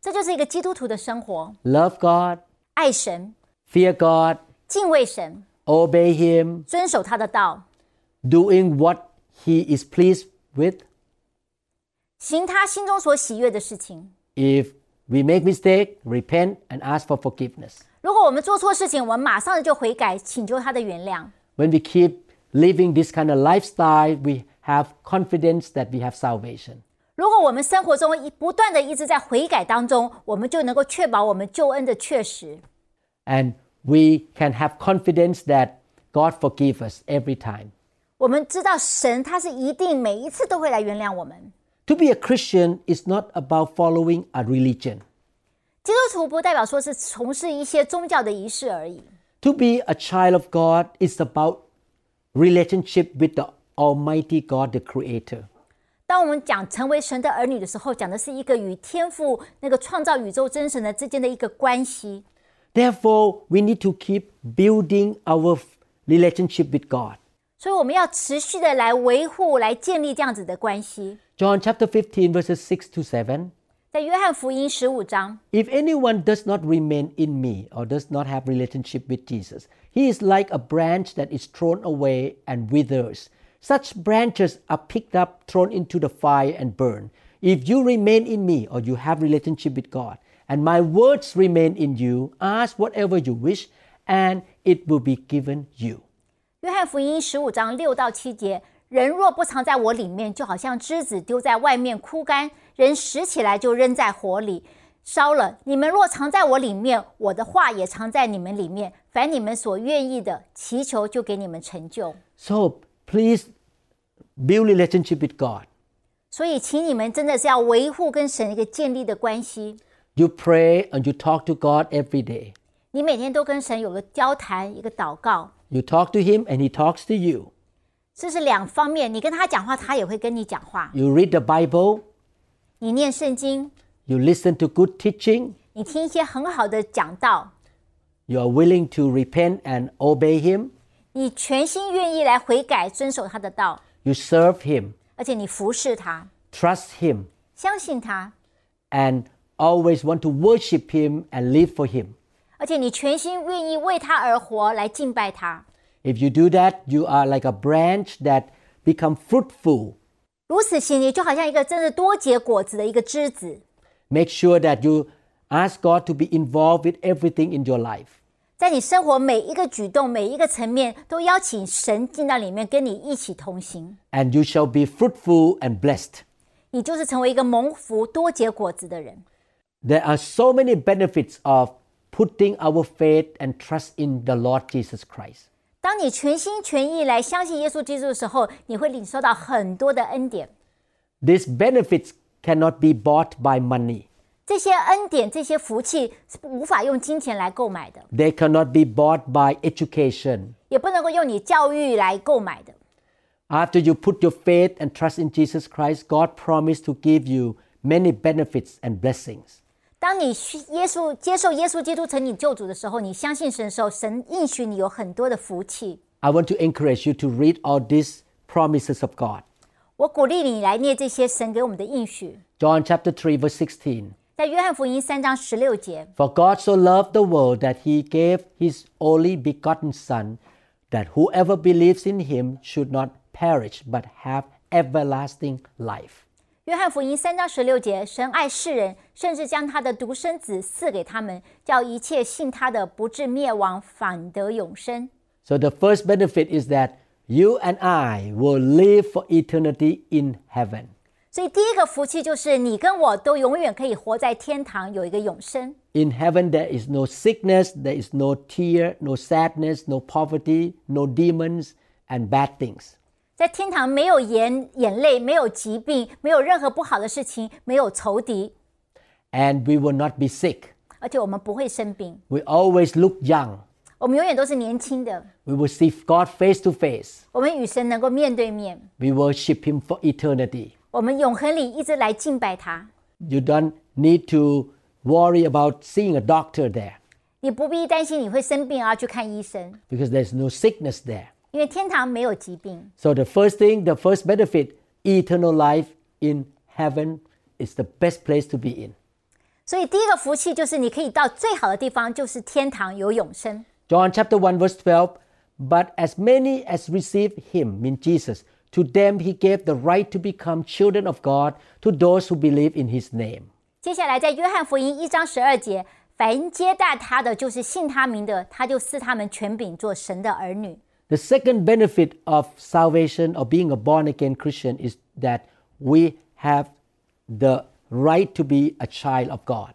Speaker 1: 这就是一个基督徒的生活：
Speaker 2: Love God,
Speaker 1: 爱神、
Speaker 2: fear God,
Speaker 1: 敬畏神、
Speaker 2: obey him,
Speaker 1: 遵守他的道，
Speaker 2: doing what he is pleased with.
Speaker 1: 行他心中所喜悦的事情。
Speaker 2: If we make mistake, repent and ask for forgiveness.
Speaker 1: 如果我们做错事情，我们马上就悔改，请求他的原谅。
Speaker 2: When we keep living this kind of lifestyle, we have confidence that we have salvation.
Speaker 1: 如果我们生活中一不断的一直在悔改当中，我们就能够确保我们救恩的确实。
Speaker 2: and we can have confidence that God forgive us every time.
Speaker 1: 我们知道神他是一定每一次都会来原谅我们。
Speaker 2: To be a Christian is not about following a religion.
Speaker 1: 基督徒不代表说是从事一些宗教的仪式而已。
Speaker 2: To be a child of God is about relationship with the Almighty God, the Creator.
Speaker 1: 当我们讲成为神的儿女的时候，讲的是一个与天父那个创造宇宙真神的之间的一个关系。
Speaker 2: Therefore, we need to keep building our f- relationship with God.
Speaker 1: 所以我们要持续的来维护、来建立这样子的关系。
Speaker 2: John chapter 15, verses 6 to 7.
Speaker 1: 在约翰福音十五章，
Speaker 2: If anyone does not remain in me or does not have relationship with Jesus, he is like a branch that is thrown away and withers. Such branches are picked up, thrown into the fire and burned. If you remain in me or you have relationship with God, and my words remain in you, ask whatever you wish and it will be given you.
Speaker 1: 约翰福音十五章六到七节：人若不藏在我里面，就好像枝子丢在外面枯干，人拾起来就扔在火里烧了。你们若藏在我里面，我的话也藏在你们里面。凡你们所愿意的，祈求就给你们成就。
Speaker 2: So please build relationship with God.
Speaker 1: 所以，请你们真的是要维护跟神一个建立的关系。
Speaker 2: You pray and you talk to God every day.
Speaker 1: 你每天都跟神有个交谈，一个祷告，
Speaker 2: You talk to Him and He talks to you.
Speaker 1: 这是两方面。你跟他讲话，他也会跟你讲话。
Speaker 2: You read the Bible,
Speaker 1: 你念圣经，
Speaker 2: you listen to good teaching,
Speaker 1: 你听一些很好的讲道，
Speaker 2: you are willing to repent and obey Him,
Speaker 1: 你全心愿意来悔改，遵守他的道，
Speaker 2: you serve Him,
Speaker 1: 而且你服侍他，
Speaker 2: trust Him,
Speaker 1: 相信他，
Speaker 2: and always want to worship Him and live for Him.
Speaker 1: 而且你全心愿意为他而活，来敬拜他。
Speaker 2: If you do that, you are like a branch that become fruitful.
Speaker 1: 如此行，你就好像一个真的多结果子的一个枝子。
Speaker 2: Make sure that you ask God to be involved with everything in your life.
Speaker 1: 在你生活每一个举动、每一个层面，都邀请神进到里面，跟你一起同行。
Speaker 2: and you shall be fruitful and blessed.
Speaker 1: 你就是成为一个蒙福、多结果子的人。
Speaker 2: There are so many benefits of putting our faith and trust in the Lord Jesus Christ.
Speaker 1: 当你全心全意来相信耶稣基督的时候，你会领受到很多的恩典。
Speaker 2: These benefits cannot be bought by money,
Speaker 1: 这些恩典、这些福气是无法用金钱来购买的，
Speaker 2: they cannot be bought by education.
Speaker 1: 也不能够用你教育来购买的。
Speaker 2: After you put your faith and trust in Jesus Christ, God promised to give you many benefits and blessings.
Speaker 1: 当你需耶稣接受耶稣基督成你救主的时候，你相信神的时候，神应许你有很多的福气。
Speaker 2: I want to encourage you to read all these promises of God.
Speaker 1: 我鼓励你来念这些神给我们的应许，
Speaker 2: John chapter 3 verse 16.
Speaker 1: 在约翰福音三章十六节。
Speaker 2: For God so loved the world that he gave his only begotten Son, that whoever believes in him should not perish but have everlasting life.
Speaker 1: 约翰福音三章十六节，神爱世人，甚至将他的独生子赐给他们，叫一切信他的不至灭亡，反得永生。
Speaker 2: So the first benefit is that you and I will live for eternity in heaven.
Speaker 1: 所以第一个福气就是你跟我都永远可以活在天堂，有一个永生。
Speaker 2: In heaven, there is no sickness, there is no tear, no sadness, no poverty, no demons, and bad things.
Speaker 1: 在天堂没有眼眼泪，没有疾病，没有任何不好的事情，没有仇敌，
Speaker 2: And we will not be sick.
Speaker 1: 而且我们不会生病，
Speaker 2: We always look young.
Speaker 1: 我们永远都是年轻的，
Speaker 2: We will see God face to face.
Speaker 1: 我们与神能够面对面，
Speaker 2: we worship him for eternity.
Speaker 1: 我们永恒里一直来敬拜他。
Speaker 2: You don't need to worry about seeing a doctor there
Speaker 1: 你不必担心你会生病而要去看医生，
Speaker 2: because there's no sickness there.
Speaker 1: 因为天堂没有疾病。
Speaker 2: So the first thing, the first benefit, eternal life in heaven is the best place to be in.
Speaker 1: 所以第一个福气就是你可以到最好的地方，就是天堂有永生。
Speaker 2: John chapter 1 verse 12, but as many as received him, mean Jesus, to them he gave the right to become children of God to those who believe in his name.
Speaker 1: 接下来在约翰福音一章十二节，凡接待他的，就是信他名的，他就赐他们权柄做神的儿女。
Speaker 2: The second benefit of salvation or being a born again Christian is that we have the right to be a child of God.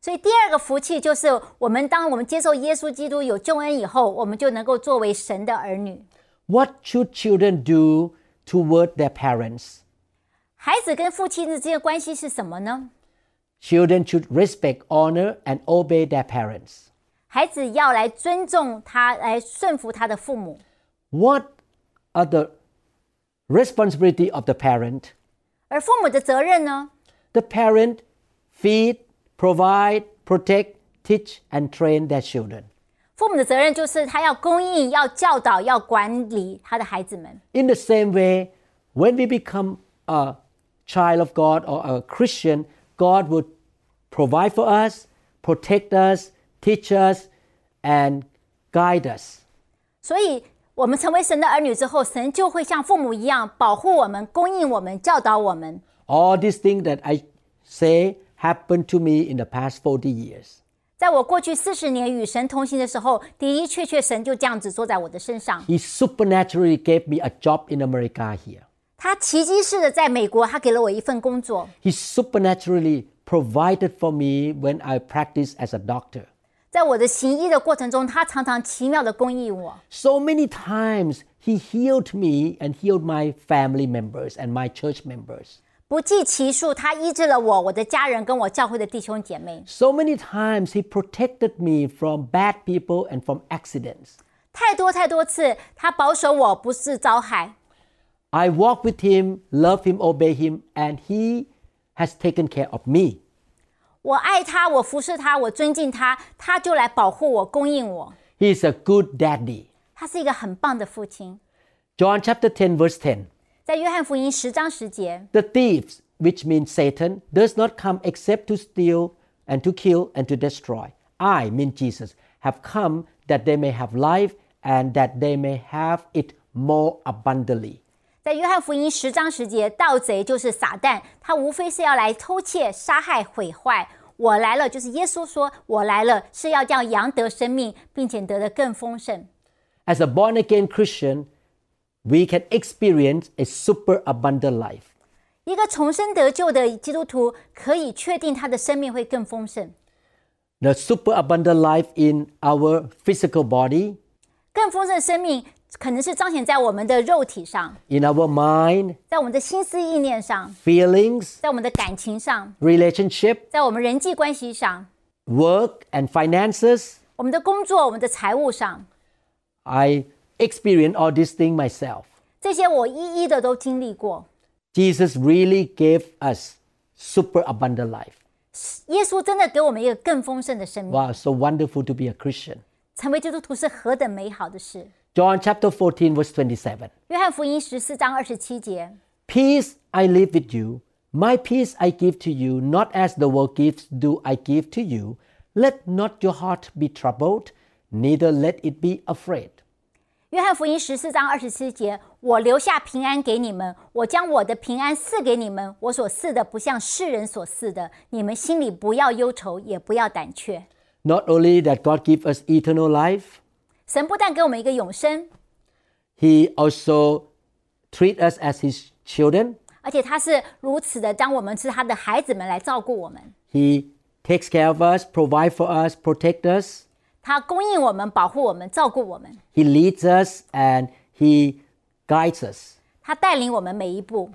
Speaker 1: 所以第二个福气就是，我们当我们接受耶稣基督有救恩以后，我们就能够作为神的儿女。
Speaker 2: What should children do toward their parents?
Speaker 1: 孩子跟父亲之间的关系是什么呢？
Speaker 2: Children should respect, honor, and obey their parents.
Speaker 1: 孩子要来尊重他，来顺服他的父母。
Speaker 2: What are the responsibility of the parent?
Speaker 1: 而父母的责任呢？
Speaker 2: The parent feed, provide, protect, teach, and train their children.
Speaker 1: 父母的责任就是他要供应、要教导、要管理他的孩子们。
Speaker 2: In the same way, when we become a child of God or a Christian, God would provide for us, protect us, teach us, and guide us.
Speaker 1: 所以，我们成为神的儿女之后，神就会像父母一样保护我们、供应我们、教导我们。
Speaker 2: All these things that I say happened to me in the past 40 years.
Speaker 1: 在我过去四十年与神同行的时候，的的确确，神就这样子坐在我的身上。
Speaker 2: He supernaturally gave me a job in America here.
Speaker 1: 他奇迹似的在美国，他给了我一份工作，
Speaker 2: He supernaturally provided for me when I practiced as a doctor.
Speaker 1: 在我的行医的过程中，他常常奇妙的供应我。
Speaker 2: So many times he healed me and healed my family members and my church members.
Speaker 1: 不计其数，他医治了我、我的家人跟我教会的弟兄姐妹。
Speaker 2: So many times he protected me from bad people and from accidents.
Speaker 1: 太多太多次，他保守我不是遭害。
Speaker 2: I walk with him, love him, obey him, and he has taken care of me.
Speaker 1: 我爱他，我服侍他，我尊敬他，他就来保护我、供应我。
Speaker 2: He is a good daddy.
Speaker 1: 他是一个很棒的父亲。
Speaker 2: John chapter 10, verse 10.
Speaker 1: 在约翰福音十章十节，
Speaker 2: The thieves, which means Satan, does not come except to steal and to kill and to destroy. I, mean Jesus, have come that they may have life and that they may have it more abundantly.
Speaker 1: 在约翰福音十章十节，盗贼就是撒旦，他无非是要来偷窃、杀害、毁坏。我来了，就是耶稣说，我来了是要叫羊得生命，并且得的更丰盛。
Speaker 2: As a born again Christian, we can experience a super abundant life.
Speaker 1: 一个重生得救的基督徒可以确定他的生命会更丰盛。
Speaker 2: The super abundant life in our physical body,
Speaker 1: 更丰盛的生命可能是彰显在我们的肉体上，
Speaker 2: in our mind,
Speaker 1: 在我们的心思意念上，
Speaker 2: feelings,
Speaker 1: 在我们的感情上，
Speaker 2: relationship,
Speaker 1: 在我们人际关系上，
Speaker 2: work, and finances.
Speaker 1: 我们的工作、我们的财务上，
Speaker 2: I experienced all these things myself.
Speaker 1: 这些我一一的都经历过。
Speaker 2: Jesus really gave us super abundant life.
Speaker 1: 耶稣真的给我们一个更丰盛的生命，
Speaker 2: Wow, so wonderful to be a Christian.
Speaker 1: 成为基督徒是何等美好的事！
Speaker 2: John chapter 14, verse 27.
Speaker 1: 约翰福音十四章二十七节，
Speaker 2: Peace I leave with you, my peace I give to you, not as the world gives, do I give to you. Let not your heart be troubled, neither let it be afraid.
Speaker 1: 约翰福音十四章二十七节：“我留下平安给你们，我将我的平安赐给你们。我所赐的不像世人所赐的，你们心里不要忧愁，也不要胆怯。
Speaker 2: Not only that God give us eternal life, ”
Speaker 1: 神不但给我们一个永生，
Speaker 2: He also treat us as His children.
Speaker 1: 而且他是如此的，当我们是他的孩子们来照顾我们，
Speaker 2: He takes care of us, provide for us, protect us.
Speaker 1: 他供应我们、保护我们、照顾我们，
Speaker 2: He leads us and He guides us.
Speaker 1: 他带领我们每一步，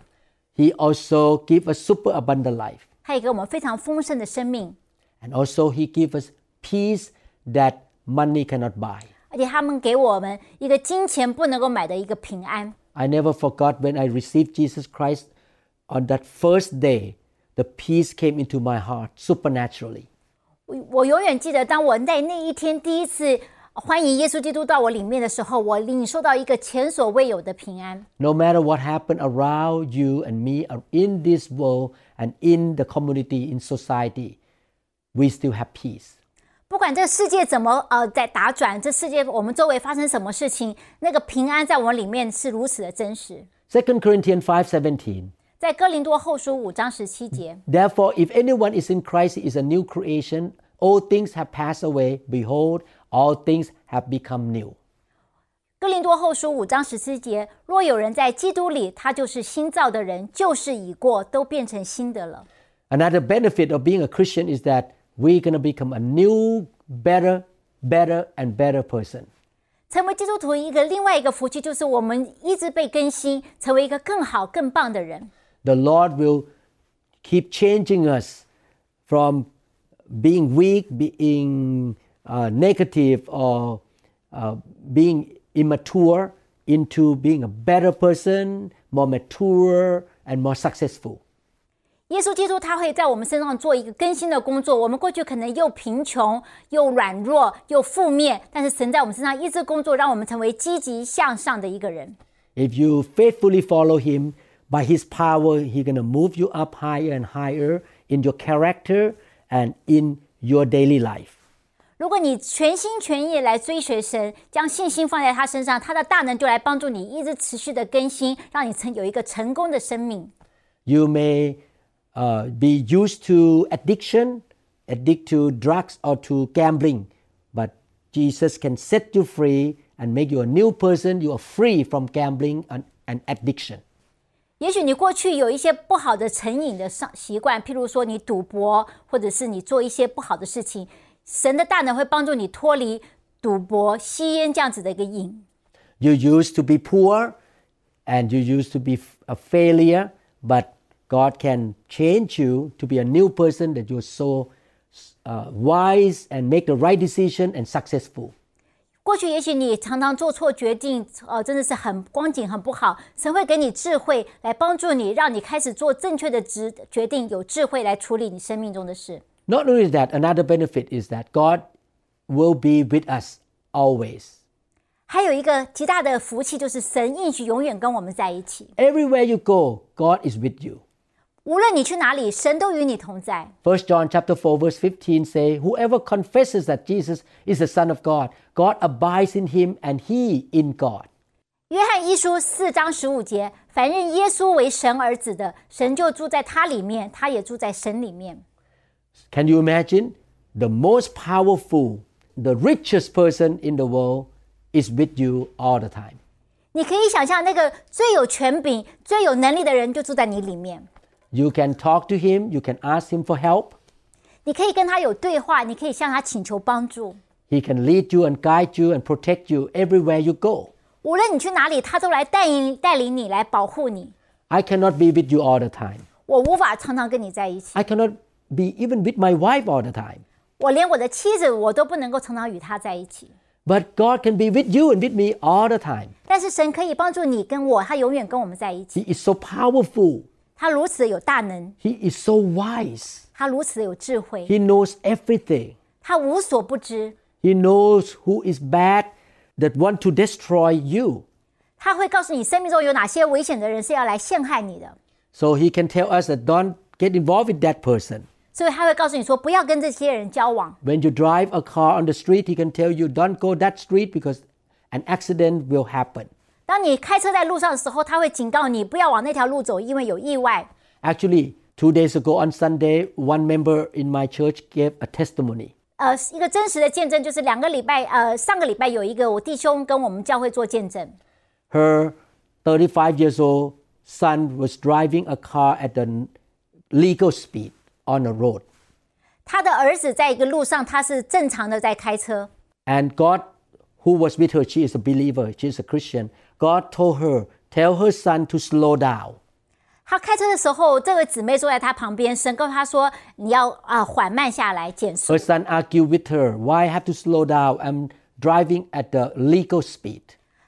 Speaker 2: He also give us super abundant life.
Speaker 1: 他也给我们非常丰盛的生命，
Speaker 2: And also He give us peace that money cannot buy.
Speaker 1: 而且他们给我们一个金钱不能够买的一个平安。
Speaker 2: I never forgot when I received Jesus Christ on that first day, the peace came into my heart supernaturally.
Speaker 1: 我我永远记得，当我在那一天第一次呃欢迎耶稣基督到我里面的时候，我领受到一个前所未有的平安。
Speaker 2: No matter what happened around you and me or in this world and in the community, in society, we still have peace.
Speaker 1: 不管这个世界怎么呃在打转，这世界我们周围发生什么事情，那个平安在我们里面是如此的真实。
Speaker 2: Second Corinthians 5:17.
Speaker 1: 在哥林多后书五章十七节，
Speaker 2: Therefore, if anyone is in Christ, he is a new creation. All things have passed away. Behold, all things have become new.
Speaker 1: 哥林多后书五章十七节，若有人在基督里，他就是新造的人，旧事已过，都变成新的了。
Speaker 2: Another benefit of being a Christian is that we're going to become a new, better, better, and better person.
Speaker 1: 成为基督徒一个另外一个福气，就是我们一直被更新，成为一个更好、更棒的人。
Speaker 2: the Lord will keep changing us from being weak, being uh, negative, or uh, being immature into being a better person, more mature, and more successful.
Speaker 1: 耶稣基督他会在我们身上做一个更新的工作。我们过去可能又贫穷、又软弱、又负面，但是神在我们身上一直工作，让我们成为积极向上的一个人。
Speaker 2: If you faithfully follow Him by His power, He's going to move you up higher and higher in your character and in your daily life.
Speaker 1: 如果你全心全意来追随神，将信心放在他身上，他的大能就来帮助你，一直持续的更新，让你成有一个成功的生命。
Speaker 2: You may uh, be used to addiction, addict to drugs or to gambling, but Jesus can set you free and make you a new person. You are free from gambling and, and addiction.
Speaker 1: 也许你过去有一些不好的成瘾的上习惯，譬如说你赌博，或者是你做一些不好的事情，神的大能会帮助你脱离赌博、吸烟这样子的一个瘾。
Speaker 2: You used to be poor and you used to be f- a failure, but God can change you to be a new person that you're so uh, wise and make the right decision and successful.
Speaker 1: 过去也许你常常做错决定，呃，真的是很光景很不好。神会给你智慧来帮助你，让你开始做正确的决决定，有智慧来处理你生命中的事。
Speaker 2: Not only that, another benefit is that God will be with us always.
Speaker 1: 还有一个极大的福气就是神应许永远跟我们在一起，
Speaker 2: Everywhere you go, God is with you.
Speaker 1: 无论你去哪里，神都与你同在。
Speaker 2: 1 John chapter 4 verse 15 say, whoever confesses that Jesus is the son of God, God abides in him and he in God.
Speaker 1: 约翰一书四章十五节：凡认耶稣为神儿子的，神就住在他里面，他也住在神里面。
Speaker 2: Can you imagine? The most powerful, the richest person in the world is with you all the time.
Speaker 1: 你可以想象，那个最有权柄、最有能力的人就住在你里面。
Speaker 2: You can talk to him, you can ask him for help.
Speaker 1: 你可以跟他有对话，你可以向他请求帮助。
Speaker 2: He can lead you and guide you and protect you everywhere you go.
Speaker 1: 无论你去哪里，他都来带领带领你，来保护你。
Speaker 2: I cannot be with you all the time.
Speaker 1: 我无法常常跟你在一起，
Speaker 2: I cannot be even with my wife all the time.
Speaker 1: 我连我的妻子我都不能够常常与他在一起。
Speaker 2: But God can be with you and with me all the time.
Speaker 1: 但是神可以帮助你跟我，他永远跟我们在一起。
Speaker 2: He is so powerful.
Speaker 1: 他如此有大能，
Speaker 2: He is so wise.
Speaker 1: 他如此有智慧，
Speaker 2: He knows everything.
Speaker 1: 他无所不知。
Speaker 2: He knows who is bad that want to destroy you.
Speaker 1: 他会告诉你生命中有哪些危险的人是要来陷害你的，
Speaker 2: So he can tell us that don't get involved with that person.
Speaker 1: 所以他会告诉你说不要跟这些人交往。
Speaker 2: When you drive a car on the street, he can tell you don't go that street because an accident will happen.
Speaker 1: 当你开车在路上的时候，他会警告你不要往那条路走，因为有意外。
Speaker 2: Actually, two days ago on Sunday, one member in my church gave a testimony.
Speaker 1: 呃，一个真实的见证就是两个礼拜，呃，上个礼拜有一个我弟兄跟我们教会做见证，
Speaker 2: Her 35 years old son was driving a car at the legal speed on the road.
Speaker 1: 他的儿子在一个路上，他是正常的在开车，
Speaker 2: And God, who was with her, she is a believer, she is a Christian. God told her, tell her son to slow down.
Speaker 1: 他开车的时候，这位姊妹坐在他旁边，神告诉他说：“你要啊、缓慢下来，减速。
Speaker 2: Her son argued with her, why I have to slow down? I'm driving at the legal speed. ”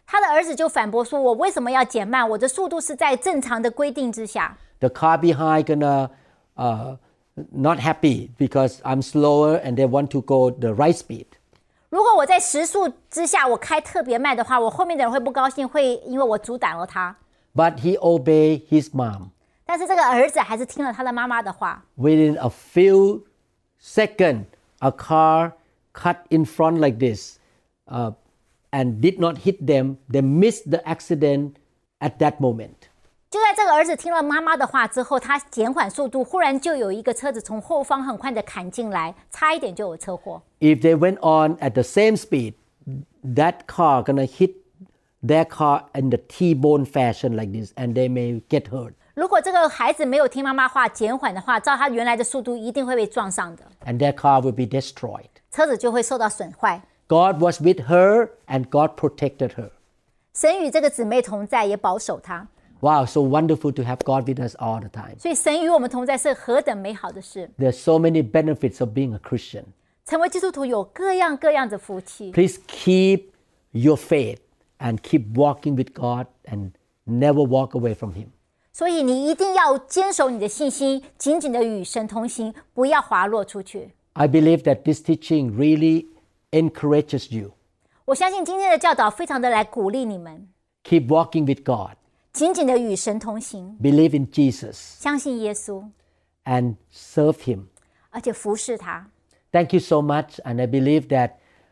Speaker 1: 他的儿子就反驳说：“我为什么要减慢？我的速度是在正常的规定之下。
Speaker 2: The car behind gonna uh, not happy because I'm slower and they want to go the right speed.
Speaker 1: 如果我在时速之下我开特别慢的话，我后面的人会不高兴，会因为我阻挡了他。
Speaker 2: But he obeyed his mom.
Speaker 1: 但是这个儿子还是听了他的妈妈的话，
Speaker 2: Within a few seconds, a car cut in front like this uh, and did not hit them. They missed the accident at that moment.
Speaker 1: 就在这个儿子听了妈妈的话之后，他减缓速度，忽然就有一个车子从后方很快的砍进来，差一点就有车祸。
Speaker 2: If they went on at the same speed, that car gonna hit their car in the T-bone fashion like this, and they may get hurt.
Speaker 1: 如果这个孩子没有听妈妈话减缓的话，照他原来的速度，一定会被撞上的，
Speaker 2: and their car will be destroyed.
Speaker 1: 车子就会受到损坏。
Speaker 2: God was with her and God protected her.
Speaker 1: 神与这个姊妹同在，也保守她。
Speaker 2: Wow, so wonderful to have God with us all the time.
Speaker 1: 所以神与我们同在是何等美好的事！
Speaker 2: There are so many benefits of being a Christian.
Speaker 1: 成为基督徒有各样各样的福气，
Speaker 2: Please keep your faith and keep walking with God and never walk away from Him.
Speaker 1: 所以你一定要坚守你的信心，紧紧的与神同行，不要滑落出去。
Speaker 2: I believe that this teaching really encourages you.
Speaker 1: 我相信今天的教导非常的来鼓励你们，
Speaker 2: Keep walking with God,
Speaker 1: 紧紧的与神同行，
Speaker 2: believe in Jesus,
Speaker 1: 相信耶稣，
Speaker 2: and serve Him.
Speaker 1: 而且服侍他。
Speaker 2: Thank you so much, and I believe that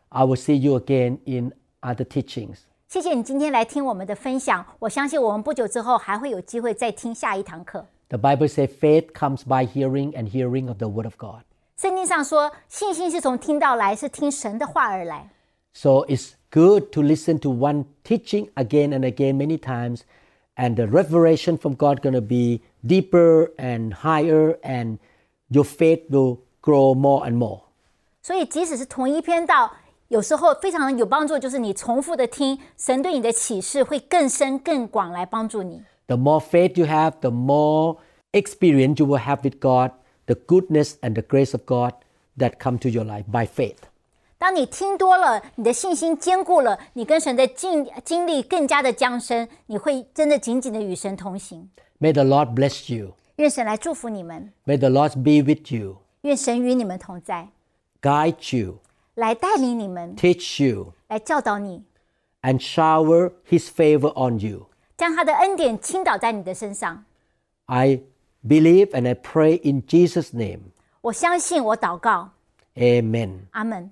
Speaker 2: I will see you again in other teachings.
Speaker 1: 谢谢你今天来听我们的分享，我相信我们不久之后还会有机会再听下一堂课。
Speaker 2: The Bible says faith comes by hearing and hearing of the Word of God.
Speaker 1: 圣经上说，信心是从听到来，是听神的话而来。
Speaker 2: So it's good to listen to one teaching again and again many times, and the revelation from God gonna be deeper and higher, and your faith will grow more and more.
Speaker 1: 所以，即使是同一篇道，有时候非常有帮助，就是你重复的听，神对你的启示会更深更广来帮助你。
Speaker 2: The more faith you have, the more experience you will have with God, the goodness and the grace of God that come to your life by faith.
Speaker 1: 当你听多了，你的信心坚固了，你跟神的经经历更加的降深，你会真的紧紧的与神同行。
Speaker 2: May the Lord bless you.
Speaker 1: 愿神来祝福你们，
Speaker 2: May the Lord be with you,
Speaker 1: 愿神与你们同在，
Speaker 2: guide you,
Speaker 1: 来带领你们，
Speaker 2: teach you,
Speaker 1: 来教导你，
Speaker 2: and shower His favor on you.
Speaker 1: 将他的恩典倾倒在你的身上。
Speaker 2: I believe and I pray in Jesus' name.
Speaker 1: 我相信，我祷告，
Speaker 2: Amen.
Speaker 1: 阿门。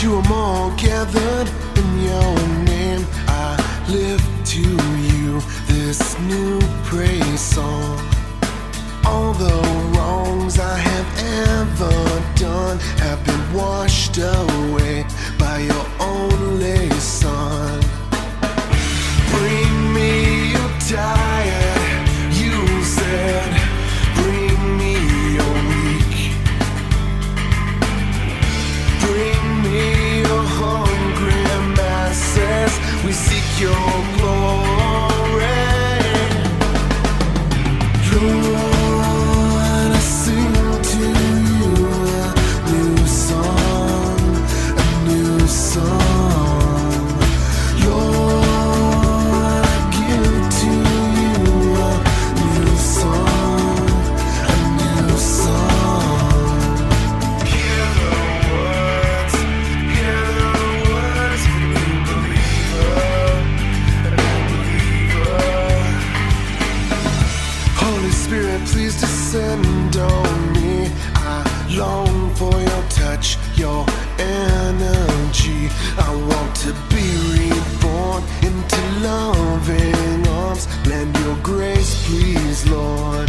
Speaker 3: To 'em all gathered in your name, I lift to you this new praise song. All the wrongs I have ever done have been washed away by your only son. Bring me your diet, you said. Bring me your weak. Bring me your hungry masses. We seek your glory. Lord, I sing to you a new song, a new song. Lord, I give to you a new song, a new song. Hear the words, hear the words, new believer, new believer. Holy Spirit, please descend on me. I long for your touch, your energy. I want to be reborn into loving arms. Lend your grace, please, Lord.